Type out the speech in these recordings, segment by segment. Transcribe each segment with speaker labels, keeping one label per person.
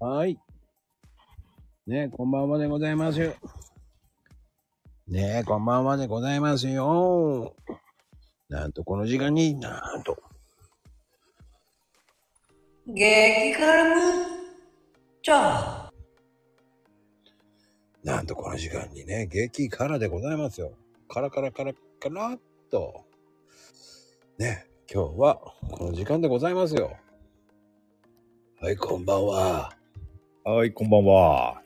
Speaker 1: はーい。ねこんばんはでございます。ねこんばんはでございますよ。なんと、この時間に、なんと、
Speaker 2: 激辛むっちゃ
Speaker 1: なんとこの時間にね、激辛でございますよ。カラカラカラカラっと。ね、今日はこの時間でございますよ。はい、こんばんは。
Speaker 3: はい、こんばんは。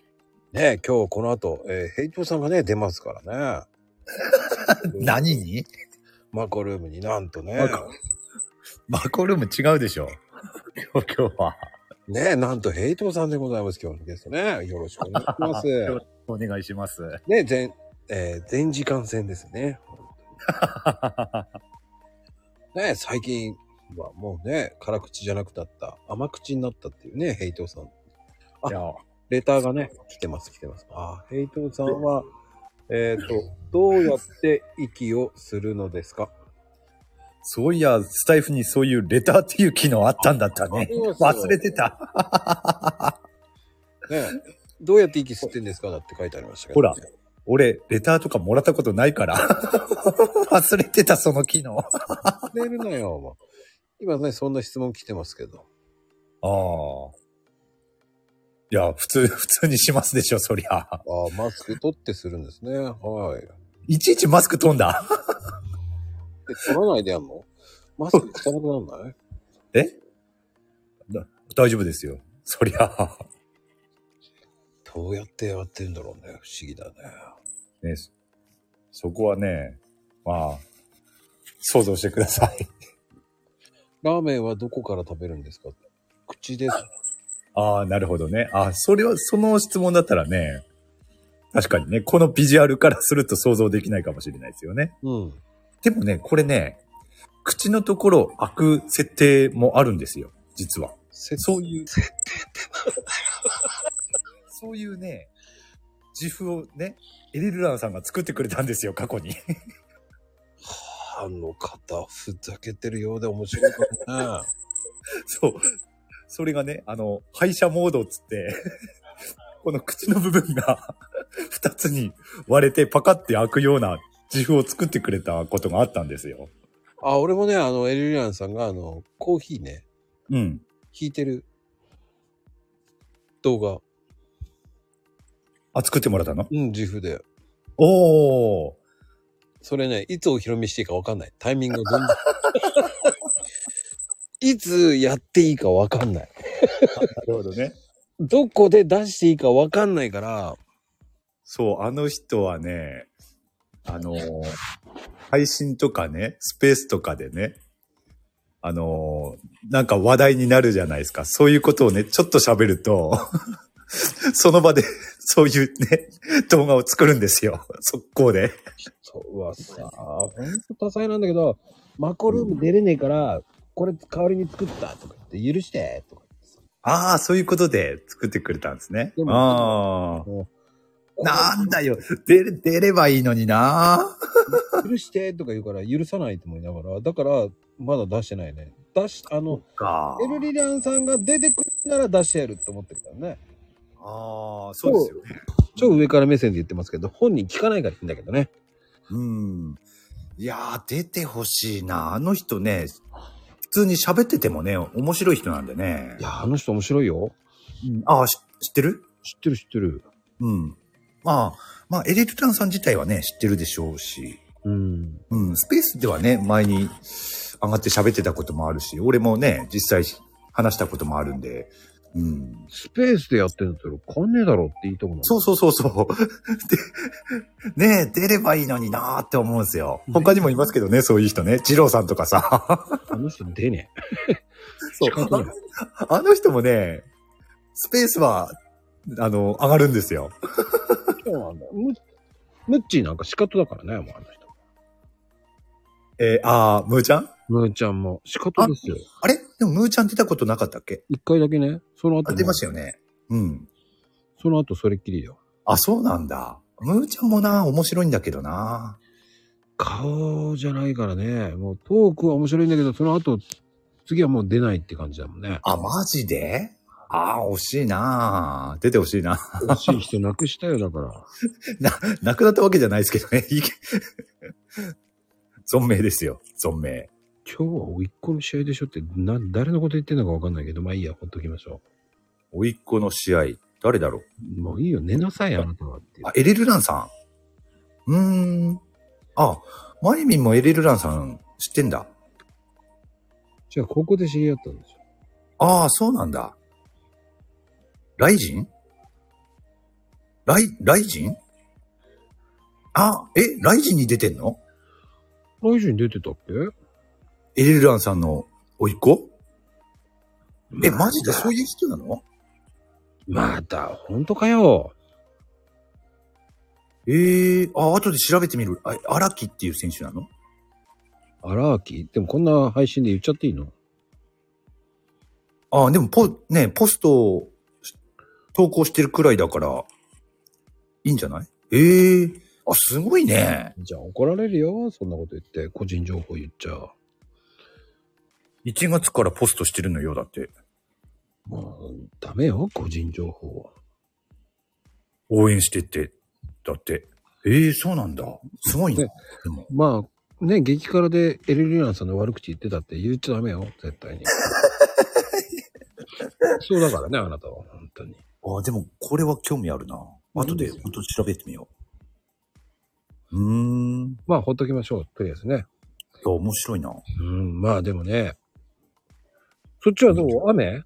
Speaker 1: ね、今日この後、えー、ヘイトさんがね、出ますからね。
Speaker 3: 何に
Speaker 1: マコルームになんとね
Speaker 3: マ、コマコルーム違うでしょ。今日、今日は。
Speaker 1: ね、なんとヘイトさんでございます、今日のゲストね。よろしくお願いします。
Speaker 3: よろしくお願いします。
Speaker 1: ね、全、えー全時間戦ですね。 ね、最近はもうね、辛口じゃなくなった、甘口になったっていうね、ヘイトさん。あ
Speaker 3: いや、
Speaker 1: レターがね、来てます、来てます。あー、ヘイトさんは、えっ、と、どうやって息をするのですか
Speaker 3: そういや、スタイフにそういうレターっていう機能あったんだったね
Speaker 1: ありますよ
Speaker 3: 忘れてた。
Speaker 1: ね、どうやって息吸ってんですかだって書いてありましたけど。
Speaker 3: ほら俺、レターとかもらったことないから。忘れてた、その機能。あ
Speaker 1: 忘れるなよ、もう。今ね、そんな質問来てますけど。
Speaker 3: あ。いや、普通、普通にしますでしょ、そりゃ。
Speaker 1: ああ、マスク取ってするんですね。はい。
Speaker 3: いちいちマスク飛んだ。
Speaker 1: で、取らないでやんのマスク汚くなんない
Speaker 3: えだ大丈夫ですよ。そりゃ。
Speaker 1: どうやってやってんだろうね。不思議だね。
Speaker 3: ね、そそこはね、まあ、想像してください。
Speaker 1: ラーメンはどこから食べるんですか口です。
Speaker 3: ああ、なるほどね。あそれは、その質問だったらね、確かにね、このビジュアルからすると想像できないかもしれないですよね。
Speaker 1: うん。
Speaker 3: でもね、これね、口のところを開く設定もあるんですよ、実は。
Speaker 1: せ
Speaker 3: そういう。そういうね、自負をね、エリルランさんが作ってくれたんですよ、過去に。
Speaker 1: あの方、ふざけてるようで面 白いからね。
Speaker 3: そう。それがね、あの、敗者モードっつって、 この口の部分が 二つに割れてパカって開くような自負を作ってくれたことがあったんですよ。
Speaker 1: あ、俺もね、あの、エリリアンさんが、あの、コーヒーね、
Speaker 3: うん。
Speaker 1: 引いてる動画、
Speaker 3: あ、作ってもらったの
Speaker 1: うん、自負で。
Speaker 3: おー。
Speaker 1: それね、いつお披露目していいかわかんない。 タイミングが全然。いつやっていいかわかんない。
Speaker 3: なるほどね。
Speaker 1: どこで出していいかわかんないから、
Speaker 3: そう、あの人はね、あのー配信とかね、スペースとかでね、あのーなんか話題になるじゃないですか。そういうことをね、ちょっと喋ると、 その場で、そういうね、動画を作るんですよ。速攻で。
Speaker 1: そうはさ、ほんと多彩なんだけど、マコルーム出れねえから、これ代わりに作ったとか言って、許してとか言ってさ。
Speaker 3: ああ、そういうことで作ってくれたんですね
Speaker 1: で。
Speaker 3: ああ。
Speaker 1: もう
Speaker 3: なんだよ。出れ、出ればいいのにな。
Speaker 1: 許してとか言うから許さないと思いながら、だからまだ出してないね。出し、あの、
Speaker 3: か
Speaker 1: エルリリアンさんが出てくるなら出してやると思ってるからね。
Speaker 3: ああ、そうですよね。
Speaker 1: 超上から目線で言ってますけど、本人聞かないからいいんだけどね。
Speaker 3: うん。いやー、出てほしいな。あの人ね、普通に喋っててもね、面白い人なんでね
Speaker 1: い。や、あの人面白いよ。
Speaker 3: うんああ、し知ってる
Speaker 1: 知ってる知ってる。
Speaker 3: うん。まあ、まあ、エレクトランさん自体はね、知ってるでしょうし。
Speaker 1: うん。
Speaker 3: うん、スペースではね、前に上がって喋ってたこともあるし、俺もね、実際話したこともあるんで。うん。
Speaker 1: スペースでやってるんだったら、こんねえだろっていいと思う。
Speaker 3: そうそうそうそう。 で、ね出ればいいのになーって思うんですよ。他にもいますけどね、そういう人ね。二郎さんとかさ。
Speaker 1: あの人出ねえ。
Speaker 3: そ
Speaker 1: 仕
Speaker 3: う。
Speaker 1: 方ない
Speaker 3: あの人もね、スペースは、あの、上がるんですよ。
Speaker 1: そうなんだよ。ムッムッチーなんか仕方だからね、もうあの人。
Speaker 3: えーあー、むーちゃん
Speaker 1: ムーちゃんも仕方ですよ。
Speaker 3: あれでもむーちゃん出たことなかったっけ
Speaker 1: 一回だけね、その後
Speaker 3: あ
Speaker 1: も、
Speaker 3: 出ましたよね。うん。
Speaker 1: その後それっきりだよ。
Speaker 3: あ、そうなんだ。むーちゃんもな、面白いんだけどな。
Speaker 1: 顔じゃないからね、もうトークは面白いんだけど、その後、次はもう出ないって感じだもんね。
Speaker 3: あ、マジでああ、惜しいなあ出てほしいな
Speaker 1: 欲しい人なくしたよ、だから。
Speaker 3: な、なくなったわけじゃないですけどね。 いけ存命ですよ。存命。
Speaker 1: 今日は甥っ子の試合でしょって、な、誰のこと言ってんのかわかんないけど、まあいいや、ほっときましょ
Speaker 3: 甥っ子の試合。誰だろう
Speaker 1: う。もういいよ、寝なさい、あなたはっていう
Speaker 3: あ、エリルランさん。うーん。あ、マリミンもエリルランさん知ってんだ。
Speaker 1: じゃあ、ここで知り合ったんですよ。
Speaker 3: ああ、そうなんだ。ライジンライ、ライジンあ、え、ライジンに出てんの
Speaker 1: ライジン出てたっけ
Speaker 3: エリルランさんの甥っ子え、マジでそういう人なの
Speaker 1: また、ほんとかよ。
Speaker 3: ええあ、後で調べてみる。あ、荒木っていう選手なの
Speaker 1: 荒木でもこんな配信で言っちゃっていいの
Speaker 3: あ、でもポ、ね、ポストをし投稿してるくらいだから、いいんじゃないええあ、すごいね。
Speaker 1: じゃあ怒られるよ、そんなこと言って。個人情報言っちゃう。
Speaker 3: 1月からポストしてるのよ、だって。
Speaker 1: もう、ダメよ、個人情報は。
Speaker 3: 応援してって、だって。ええそうなんだ。すごいね。でも、
Speaker 1: まあ、ね、激辛でエレリランさんの悪口言ってたって言っちゃダメよ、絶対 に。そうだからね、あなたは、本当に。
Speaker 3: あ、でも、これは興味あるな。後で、本当調べてみよう。うーん。い
Speaker 1: まあ、ほっときましょう、とりあえずね。
Speaker 3: や、面白いな。
Speaker 1: うん、まあでもね。そっちはどう雨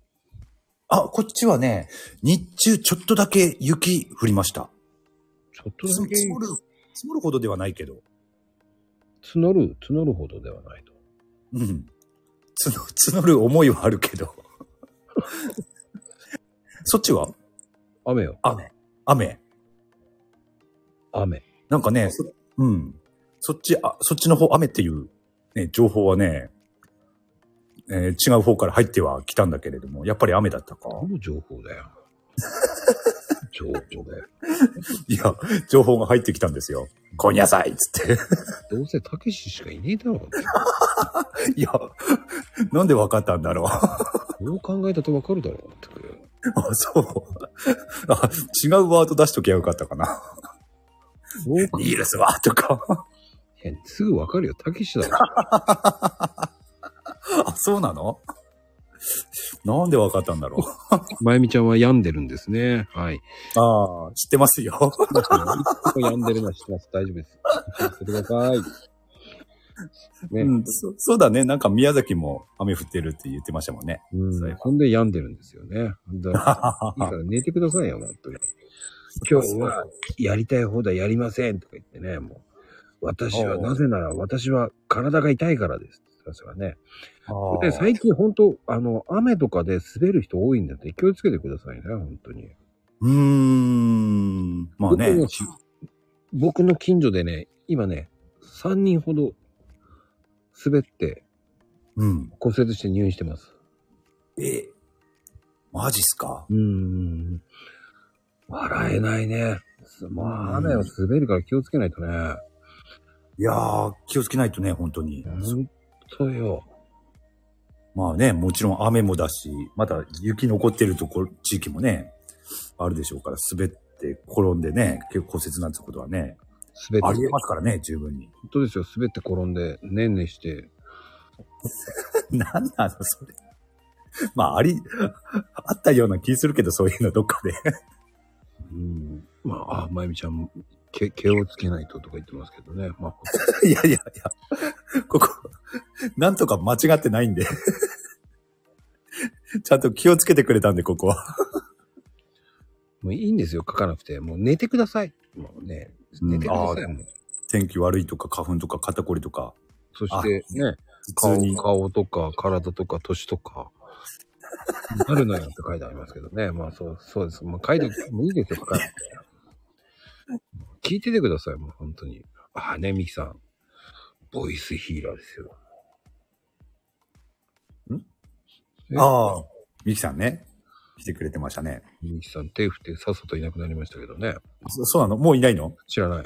Speaker 3: あ、こっちはね、日中ちょっとだけ雪降りました。
Speaker 1: ちょっと
Speaker 3: 積
Speaker 1: だ
Speaker 3: も
Speaker 1: け
Speaker 3: る、積もるほどではないけど。
Speaker 1: 募る、募るほどではないと。
Speaker 3: うん。つの募る思いはあるけど。 そっちは
Speaker 1: 雨よ、
Speaker 3: 雨。雨。
Speaker 1: 雨。
Speaker 3: なんかね、そうん。そっち、あ、そっちの方、雨っていう、ね、情報はね、えー違う方から入っては来たんだけれども、やっぱり雨だったか
Speaker 1: 何の情報 だよ。情報だよ。
Speaker 3: いや、情報が入ってきたんですよ。今夜さいっつって。
Speaker 1: どうせたけししかいねえだろうって。
Speaker 3: いや、なんでわかったんだろう。
Speaker 1: どう考えたとわかるだろうってくる。
Speaker 3: あ、そう。 あ、違うワード出しときゃよかったか な。
Speaker 1: そうか。
Speaker 3: いいですわ、とか。
Speaker 1: いやすぐわかるよ。たけしだろ。
Speaker 3: あ、そうなのなんでわかったんだろ
Speaker 1: まゆみちゃんは病んでるんですね。はい。
Speaker 3: う。ああ、知ってますよ。
Speaker 1: 病んでるのは知ってます。大丈夫です。気をつけてください。ね。
Speaker 3: うんそ。そうだね。なんか宮崎も雨降ってるって言ってましたもんね。
Speaker 1: うん。ほんで病んでるんですよね。だから、いいから寝てくださいよ、本当に。今日はやりたい放題やりませんとか言ってね、もう。私は、
Speaker 3: おう
Speaker 1: なぜなら私は体が痛いからです。それはね。
Speaker 3: あ
Speaker 1: で
Speaker 3: ー
Speaker 1: 最近本当あの、雨とかで滑る人多いんだって気をつけてくださいね、本当に。
Speaker 3: うーん。まあ
Speaker 1: 僕
Speaker 3: ね
Speaker 1: の。し僕の近所でね、今ね、3人ほど滑って
Speaker 3: うん。
Speaker 1: 骨折して入院してます。
Speaker 3: え、マジっすか
Speaker 1: うーん。笑えないね。すまあ、
Speaker 3: うん
Speaker 1: 雨を滑るから気をつけないとね。
Speaker 3: いやー、気をつけないとね、本当に。
Speaker 1: 本当よ。
Speaker 3: まあね、もちろん雨もだし、まだ雪残ってるところ、地域もね、あるでしょうから、滑って転んでね、結構骨折なんてことはね、
Speaker 1: 滑って、
Speaker 3: ありえ
Speaker 1: 本
Speaker 3: ますからね、十分に。
Speaker 1: 当ですよ。滑って転んで、ねんねして。
Speaker 3: なんなの、それ。まあ、あり、あったような気するけど、そういうのどっかで。
Speaker 1: うん。まあ、あ、まゆみちゃんも、け、毛をつけないととか言ってますけどね。まあ、
Speaker 3: いやいやいや、ここ、なんとか間違ってないんで。ちゃんと気をつけてくれたんで、ここは。
Speaker 1: もういいんですよ。書かなくて。もう寝てください。もうね、
Speaker 3: うん
Speaker 1: 寝てください。もう
Speaker 3: 天気悪いとか、花粉とか、肩こりとか、
Speaker 1: そしてね、
Speaker 3: 普
Speaker 1: 顔
Speaker 3: 通に。
Speaker 1: 顔とか体とか年とか、あるのよって書いてありますけどね。まあそう、そうです。もう書いてもういいですよ、書かなくて。聞いててください、もう本当に。ああね、ミキさん。ボイスヒーラーですよ。え
Speaker 3: ああ、ミキさんね、来てくれてましたね。
Speaker 1: ミキさん手振ってさっさといなくなりましたけどね。
Speaker 3: そそうなのもういないの
Speaker 1: 知ら ない。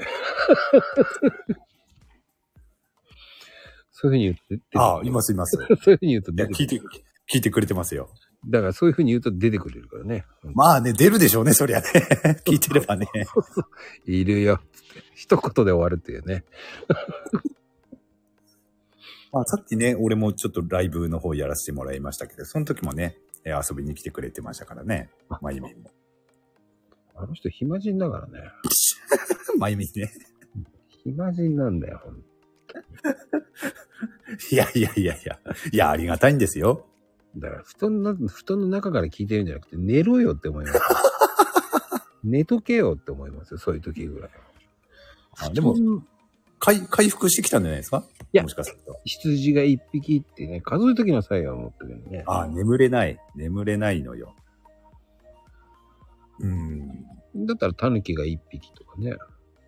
Speaker 1: そういうふうに言うと出て、
Speaker 3: ああ、いますいます。
Speaker 1: そういうふうに言うと
Speaker 3: いや
Speaker 1: 出てく
Speaker 3: 聞いて、聞いてくれてますよ。
Speaker 1: だからそういうふうに言うと出てくれるからね。うん
Speaker 3: まあね、出るでしょうね、そり ゃね。聞いてればね。
Speaker 1: いるよ。つって一言で終わるっていうね。
Speaker 3: まあ、さっきね、俺もちょっとライブの方やらせてもらいましたけど、その時もね、えー遊びに来てくれてましたからね。まゆみも。
Speaker 1: あの人暇人だからね。
Speaker 3: まゆみね。
Speaker 1: 暇人なんだよ。ほん
Speaker 3: いやいやいやいや。いや、ありがたいんですよ。
Speaker 1: だから布団の、布団の中から聞いてるんじゃなくて、寝ろよって思い ます。寝とけよって思いますよ。そういう時ぐらい。
Speaker 3: あでも、
Speaker 1: うん
Speaker 3: 回回復してきたんじゃないですか
Speaker 1: いや
Speaker 3: もしかすると。
Speaker 1: 羊が一匹ってね、数え時の際は思ったけどね。
Speaker 3: ああ、眠れない。眠れないのよ。うん。
Speaker 1: だったら狸が一匹とかね。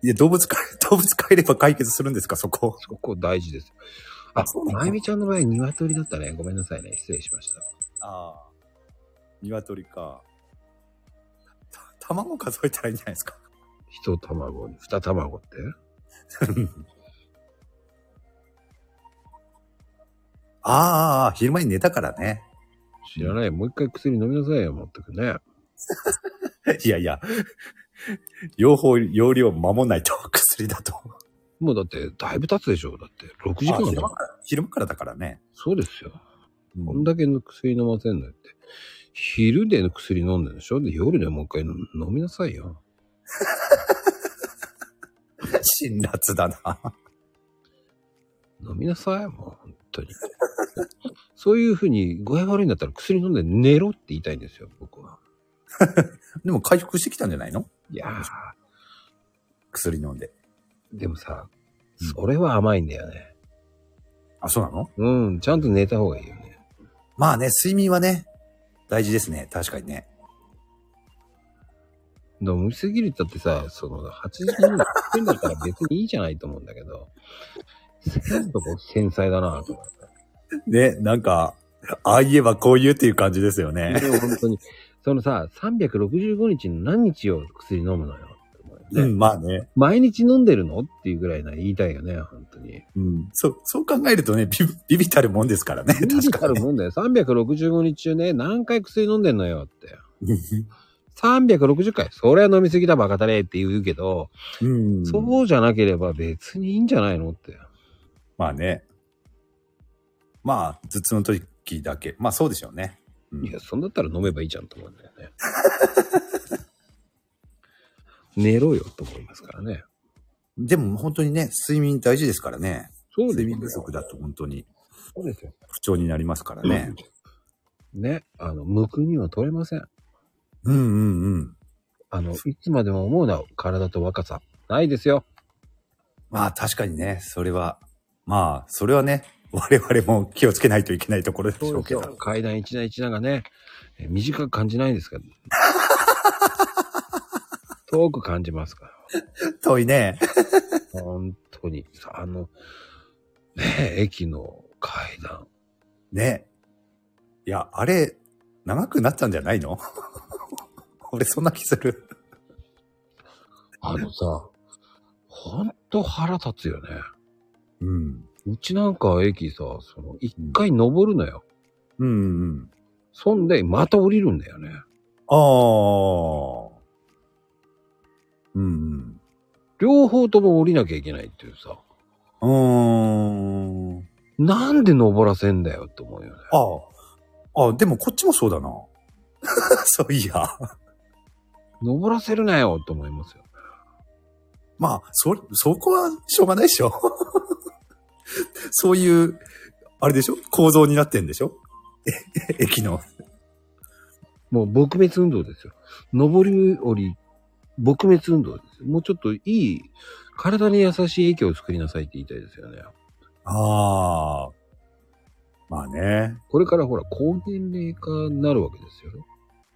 Speaker 3: いや、動物か、 動物飼えれば解決するんですか、そこ。
Speaker 1: そこ大事ですよ。あ、
Speaker 3: そうなの
Speaker 1: まゆみちゃんの場合、鶏だったね。ごめんなさいね。失礼しました。
Speaker 3: ああ。鶏か。た卵数えたらいいんじゃないですか。
Speaker 1: 一卵、二卵って。
Speaker 3: ああああ、昼前に寝たからね。
Speaker 1: 知らない。もう一回薬飲みなさいよ、まったくね。
Speaker 3: いやいや。両方、容量守んないと、薬だと。
Speaker 1: もうだって、だいぶ経つでしょ。だって、6時
Speaker 3: あ
Speaker 1: 間
Speaker 3: 昼間
Speaker 1: だ。
Speaker 3: から、昼間からだからね。
Speaker 1: そうですよ。
Speaker 3: うん
Speaker 1: こんだけの薬飲ませんのよって。昼で薬飲んでるでしょで、夜でもう一回飲みなさいよ。
Speaker 3: 辛辣だな。
Speaker 1: 飲みなさい、もう、本 当に。そういうふうに、具合悪いんだったら薬飲んで寝ろって言いたいんですよ、僕は。
Speaker 3: でも回復してきたんじゃないの
Speaker 1: いやー、
Speaker 3: 薬飲んで。
Speaker 1: でもさ、
Speaker 3: うん
Speaker 1: それは甘いんだよね。
Speaker 3: あ、そうなの
Speaker 1: うん、ちゃんと寝た方がいいよね。
Speaker 3: まあね、睡眠はね、大事ですね。確かにね。
Speaker 1: 飲みすぎるったってさ、その、8時間ぐらいってんだったら別にいいじゃないと思うんだけど、そういうとこ繊細だなと思って。
Speaker 3: ね、なんか、ああ言えばこう言うっていう感じですよ ね。
Speaker 1: でも本当に、そのさ、365日の何日を薬飲むのよって思うよね
Speaker 3: うん、まあね。
Speaker 1: 毎日飲んでるのっていうぐらいな言いたいよね、本当に。
Speaker 3: うん。そう、そう考えるとね、ビビビビたるもんですからね。
Speaker 1: 無理
Speaker 3: 確
Speaker 1: た
Speaker 3: か
Speaker 1: る
Speaker 3: に。
Speaker 1: もんだよ。365日中ね、何回薬飲んでんのよって。360回、それは飲みすぎだバカだねって言うけど、
Speaker 3: うん。
Speaker 1: そうじゃなければ別にいいんじゃないのって。
Speaker 3: まあね。まあ、頭痛の時だけ。まあそうでしょうね。うん
Speaker 1: いや、そんだったら飲めばいいじゃんと思うんだよね。 寝ろよと思いますからね。
Speaker 3: でも本当にね、睡眠大事ですからね。
Speaker 1: そうで
Speaker 3: 睡
Speaker 1: す
Speaker 3: 眠不
Speaker 1: よ。
Speaker 3: 足だと本当に
Speaker 1: そうですよ。
Speaker 3: 不調になりますからね。
Speaker 1: ね、あの、むくみは取れません。
Speaker 3: うんうんうん。
Speaker 1: あの、いつまでも思うな、体と若さ。ないですよ。
Speaker 3: まあ確かにね、それは、まあ、それはね、我々も気をつけないといけないところでしょうけど。
Speaker 1: 階段一段一段がね、え短く感じないんですけ ど。遠く感じますから。
Speaker 3: 遠いね。
Speaker 1: 本当に。さあの、ね、駅の階段。
Speaker 3: ね。いや、あれ、長くなったんじゃないの 俺そんな気する。
Speaker 1: あのさ、ほんと腹立つよね。
Speaker 3: うん。
Speaker 1: うちなんかは駅さ、その、一回登るのよ。
Speaker 3: うんうん。
Speaker 1: そんで、また降りるんだよね。
Speaker 3: ああ。うん
Speaker 1: 両方とも降りなきゃいけないっていうさ、
Speaker 3: うん。うーん。
Speaker 1: なんで登らせんだよって思うよね。
Speaker 3: ああ。あ、でもこっちもそうだな。 そういや。
Speaker 1: 登らせるなよって思いますよ。
Speaker 3: まあ、そ、そこはしょうがないでしょ。 そういう、あれでしょ構造になってんでしょ え駅の。
Speaker 1: もう撲滅運動ですよ。登り降り、撲滅運動ですよ。もうちょっといい、体に優しい駅を作りなさいって言いたいですよね。
Speaker 3: ああ。まあね。
Speaker 1: これからほら、高年齢化になるわけですよ。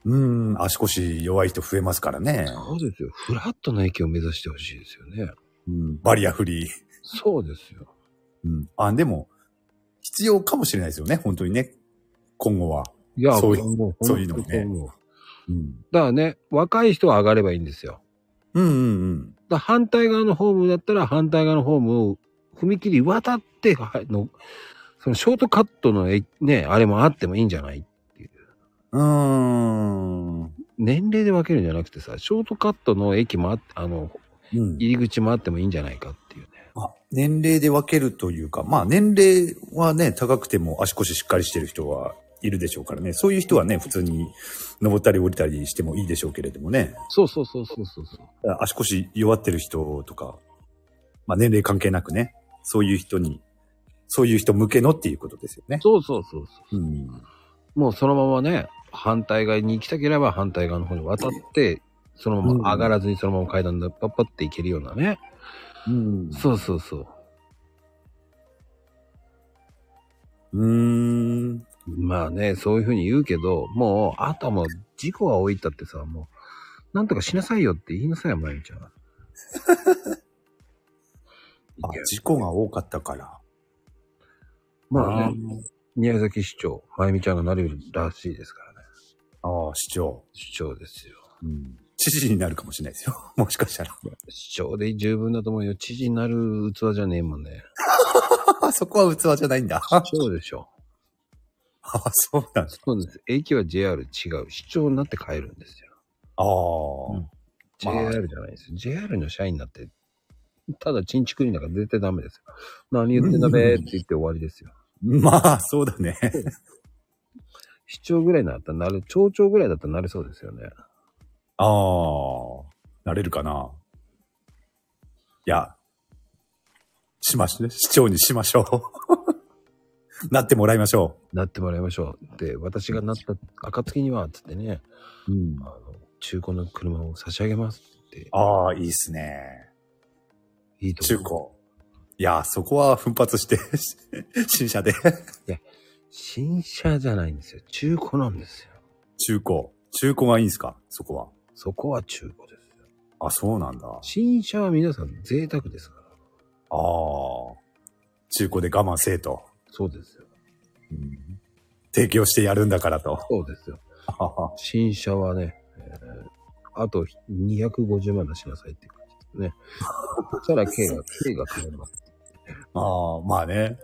Speaker 3: うん、足腰弱い人増えますからね。
Speaker 1: そうですよ。フラットな駅を目指してほしいですよね。
Speaker 3: うん、バリアフリー。
Speaker 1: そうですよ。
Speaker 3: うん。あ、でも、必要かもしれないですよね。本当にね。今後は。
Speaker 1: いや、
Speaker 3: そういう
Speaker 1: もう
Speaker 3: そういうのもね
Speaker 1: 本当にそう思う
Speaker 3: うん。
Speaker 1: だからね、若い人は上がればいいんですよ。
Speaker 3: うんうんうん。
Speaker 1: だから反対側のホームだったら反対側のホームを踏切渡って、はいの、そのショートカットのえ、ね、あれもあってもいいんじゃない
Speaker 3: うんうーん。
Speaker 1: 年齢で分けるんじゃなくてさ、ショートカットの駅もあって、あの、
Speaker 3: うん。
Speaker 1: 入り口もあってもいいんじゃないかっていうね。
Speaker 3: あ年齢で分けるというか、まあ年齢はね、高くても足腰しっかりしてる人はいるでしょうからね。そういう人はね、普通に登ったり降りたりしてもいいでしょうけれどもね。
Speaker 1: そうそうそうそうそうそう。
Speaker 3: 足腰弱ってる人とか、まあ年齢関係なくね、そういう人に、そういう人向けのっていうことですよね。
Speaker 1: そうそうそうそ
Speaker 3: うん。
Speaker 1: う。もうそのままね、反対側に行きたければ反対側の方に渡って、そのまま上がらずにそのまま階段でパッパって行けるようなね。
Speaker 3: うん。
Speaker 1: そうそうそう。
Speaker 3: うーん。
Speaker 1: まあね、そういうふうに言うけど、もう、あとはもう、事故が多いったってさ、もう、なんとかしなさいよって言いなさいよ、まゆみちゃん。
Speaker 3: あ事故が多かったから。
Speaker 1: まあ、
Speaker 3: あ
Speaker 1: ね、宮崎市長、まゆみちゃんがなれるらしいですからね。
Speaker 3: あ、市長。
Speaker 1: 市長ですよ。
Speaker 3: うん。知事になるかもしれないですよ。もしかしたら。
Speaker 1: 市長で十分だと思うよ。知事になる器じゃねえもんね。
Speaker 3: あそこは器じゃないんだ。あ、
Speaker 1: 市長でしょ。
Speaker 3: そうなんだ。
Speaker 1: そうです。駅は JR 違う。市長になって帰るんですよ。
Speaker 3: ああ、まあ
Speaker 1: JR じゃないですよ。JR の社員になって、ただチンチクリなんか絶対ダメですよ。何言ってんだべ ーって言って終わりですよ。
Speaker 3: まあ、そうだね。
Speaker 1: 市長ぐらいになったらなる、町長ぐらいだったらなれそうですよね。
Speaker 3: ああ、なれるかな。いや、しまし、市長にしましょう。 なってもらいましょ
Speaker 1: なってもらいましょう。で、私がなった暁には、つってね、
Speaker 3: う。うん
Speaker 1: あ、の、中古の車を差し上げますって、
Speaker 3: ああ、いいっすね。
Speaker 1: いいと
Speaker 3: 中
Speaker 1: 思う
Speaker 3: 古。いや、そこは奮発して、 し新車で。
Speaker 1: 新車じゃないんですよ。中古なんですよ。
Speaker 3: 中古。中古がいいんすかそこは。
Speaker 1: そこは中古ですよ。
Speaker 3: あ、そうなんだ。あ
Speaker 1: 新車は皆さん贅沢ですから。
Speaker 3: あ、中古で我慢せえと。
Speaker 1: そうですよ。
Speaker 3: うん提供してやるんだからと。
Speaker 1: そうですよ。新車はね、えーあと250万出しなさいっていう感じですね。そしたら軽 が、軽が決まります。
Speaker 3: ああ、まあね。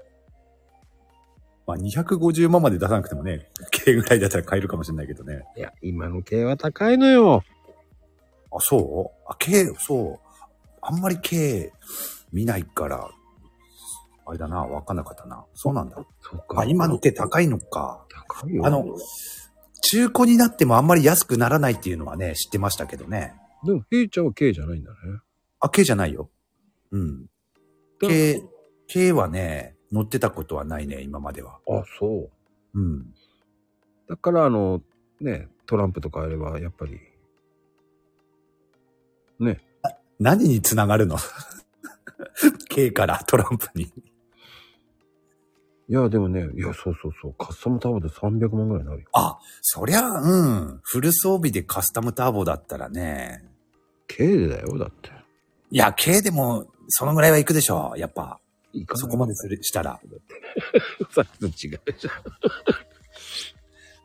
Speaker 3: まあ、250万まで出さなくてもね、軽ぐらいだったら買えるかもしれないけどね。
Speaker 1: いや、今の軽は高いのよ。
Speaker 3: あ、そうあ、軽、そう。あんまり軽見ないから、あれだな、わかんなかったな。そうなんだ。
Speaker 1: そっか。
Speaker 3: あ、今のって高いのか。
Speaker 1: 高いよ。
Speaker 3: あの、中古になってもあんまり安くならないっていうのはね、知ってましたけどね。
Speaker 1: でも、ヘイちゃんは K じゃないんだね。
Speaker 3: あ、軽じゃないよ。うん。
Speaker 1: だ
Speaker 3: 軽、軽はね、乗ってたことはないね、今までは。
Speaker 1: あ、そう。
Speaker 3: うん。
Speaker 1: だから、あの、ね、トランプとかあれば、やっぱり、
Speaker 3: 何につながるの K からトランプに。
Speaker 1: いや、でもね、いや、そうそうそう、カスタムタワーで300万ぐらいになるよ。
Speaker 3: あ、そりゃ、うん。フル装備でカスタムターボだったらね。
Speaker 1: K でだよ、だって。
Speaker 3: いや、K でも、そのぐらいはいくでしょう。やっぱ、
Speaker 1: いかない
Speaker 3: そこまでする、したら。
Speaker 1: サイズ違うじゃん。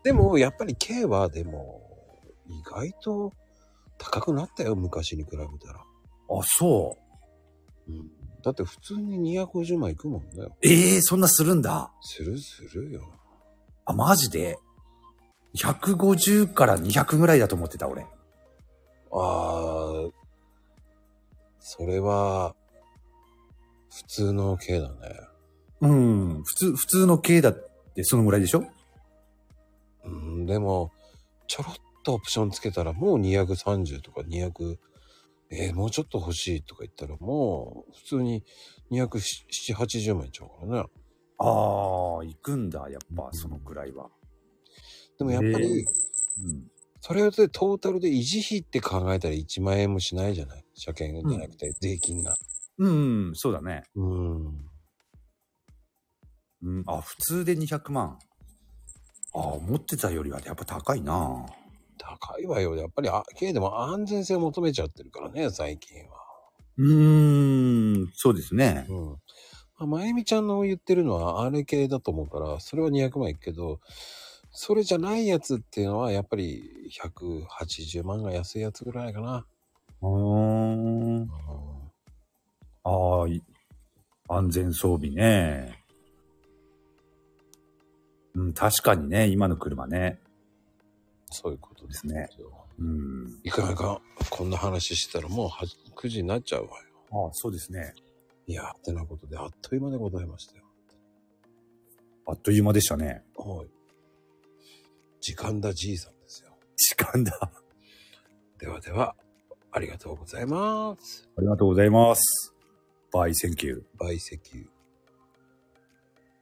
Speaker 1: でも、やっぱり K は、でも、意外と高くなったよ、昔に比べたら。
Speaker 3: あ、そ
Speaker 1: う
Speaker 3: う。
Speaker 1: ん、だって、普通に250万いくもんだよ。
Speaker 3: ええそんなするんだ。
Speaker 1: するするよ。
Speaker 3: あ、マジで ?150 から200ぐらいだと思ってた、俺。
Speaker 1: あー、それは、普通の K だね。
Speaker 3: うん。普通、普通の K だってそのぐらいでしょ
Speaker 1: うん、でも、ちょろっとオプションつけたらもう230とか200、えーもうちょっと欲しいとか言ったらもう普通に270、80万いっちゃうからね。
Speaker 3: ああ、行くんだ、やっぱ、そのぐらいは。
Speaker 1: でもやっぱ
Speaker 3: えー
Speaker 1: り、
Speaker 3: うん。
Speaker 1: それでトータルで維持費って考えたら1万円もしないじゃない車検じゃなくて税金が。
Speaker 3: うん、そうだね。
Speaker 1: うん。
Speaker 3: うん、あ、普通で200万。あ、思ってたよりはやっぱ高いな
Speaker 1: 高いわよ。やっぱり、あ、K でも安全性を求めちゃってるからね、最近は。
Speaker 3: うーん、そうですね
Speaker 1: う。ん。まあ、まゆみちゃんの言ってるのはあれ系だと思うから、それは200万いくけど、それじゃないやつっていうのはやっぱり180万が安いやつぐらいかな。
Speaker 3: うーん。ああ、い安全装備ね。うん、確かにね、今の車ね。
Speaker 1: そういうことです
Speaker 3: ね。うん。
Speaker 1: いくらかこんな話してたらもうはじ9時になっちゃうわよ。
Speaker 3: ああ、そうですね。
Speaker 1: いや、ってなことであっという間でございましたよ。
Speaker 3: あっという間でしたね。
Speaker 1: はい。時間だじいさんですよ。
Speaker 3: 時間だ。
Speaker 1: ではでは、ありがとうございます。
Speaker 3: ありがとうございます。バイ、センキュー。
Speaker 1: バイセキュー。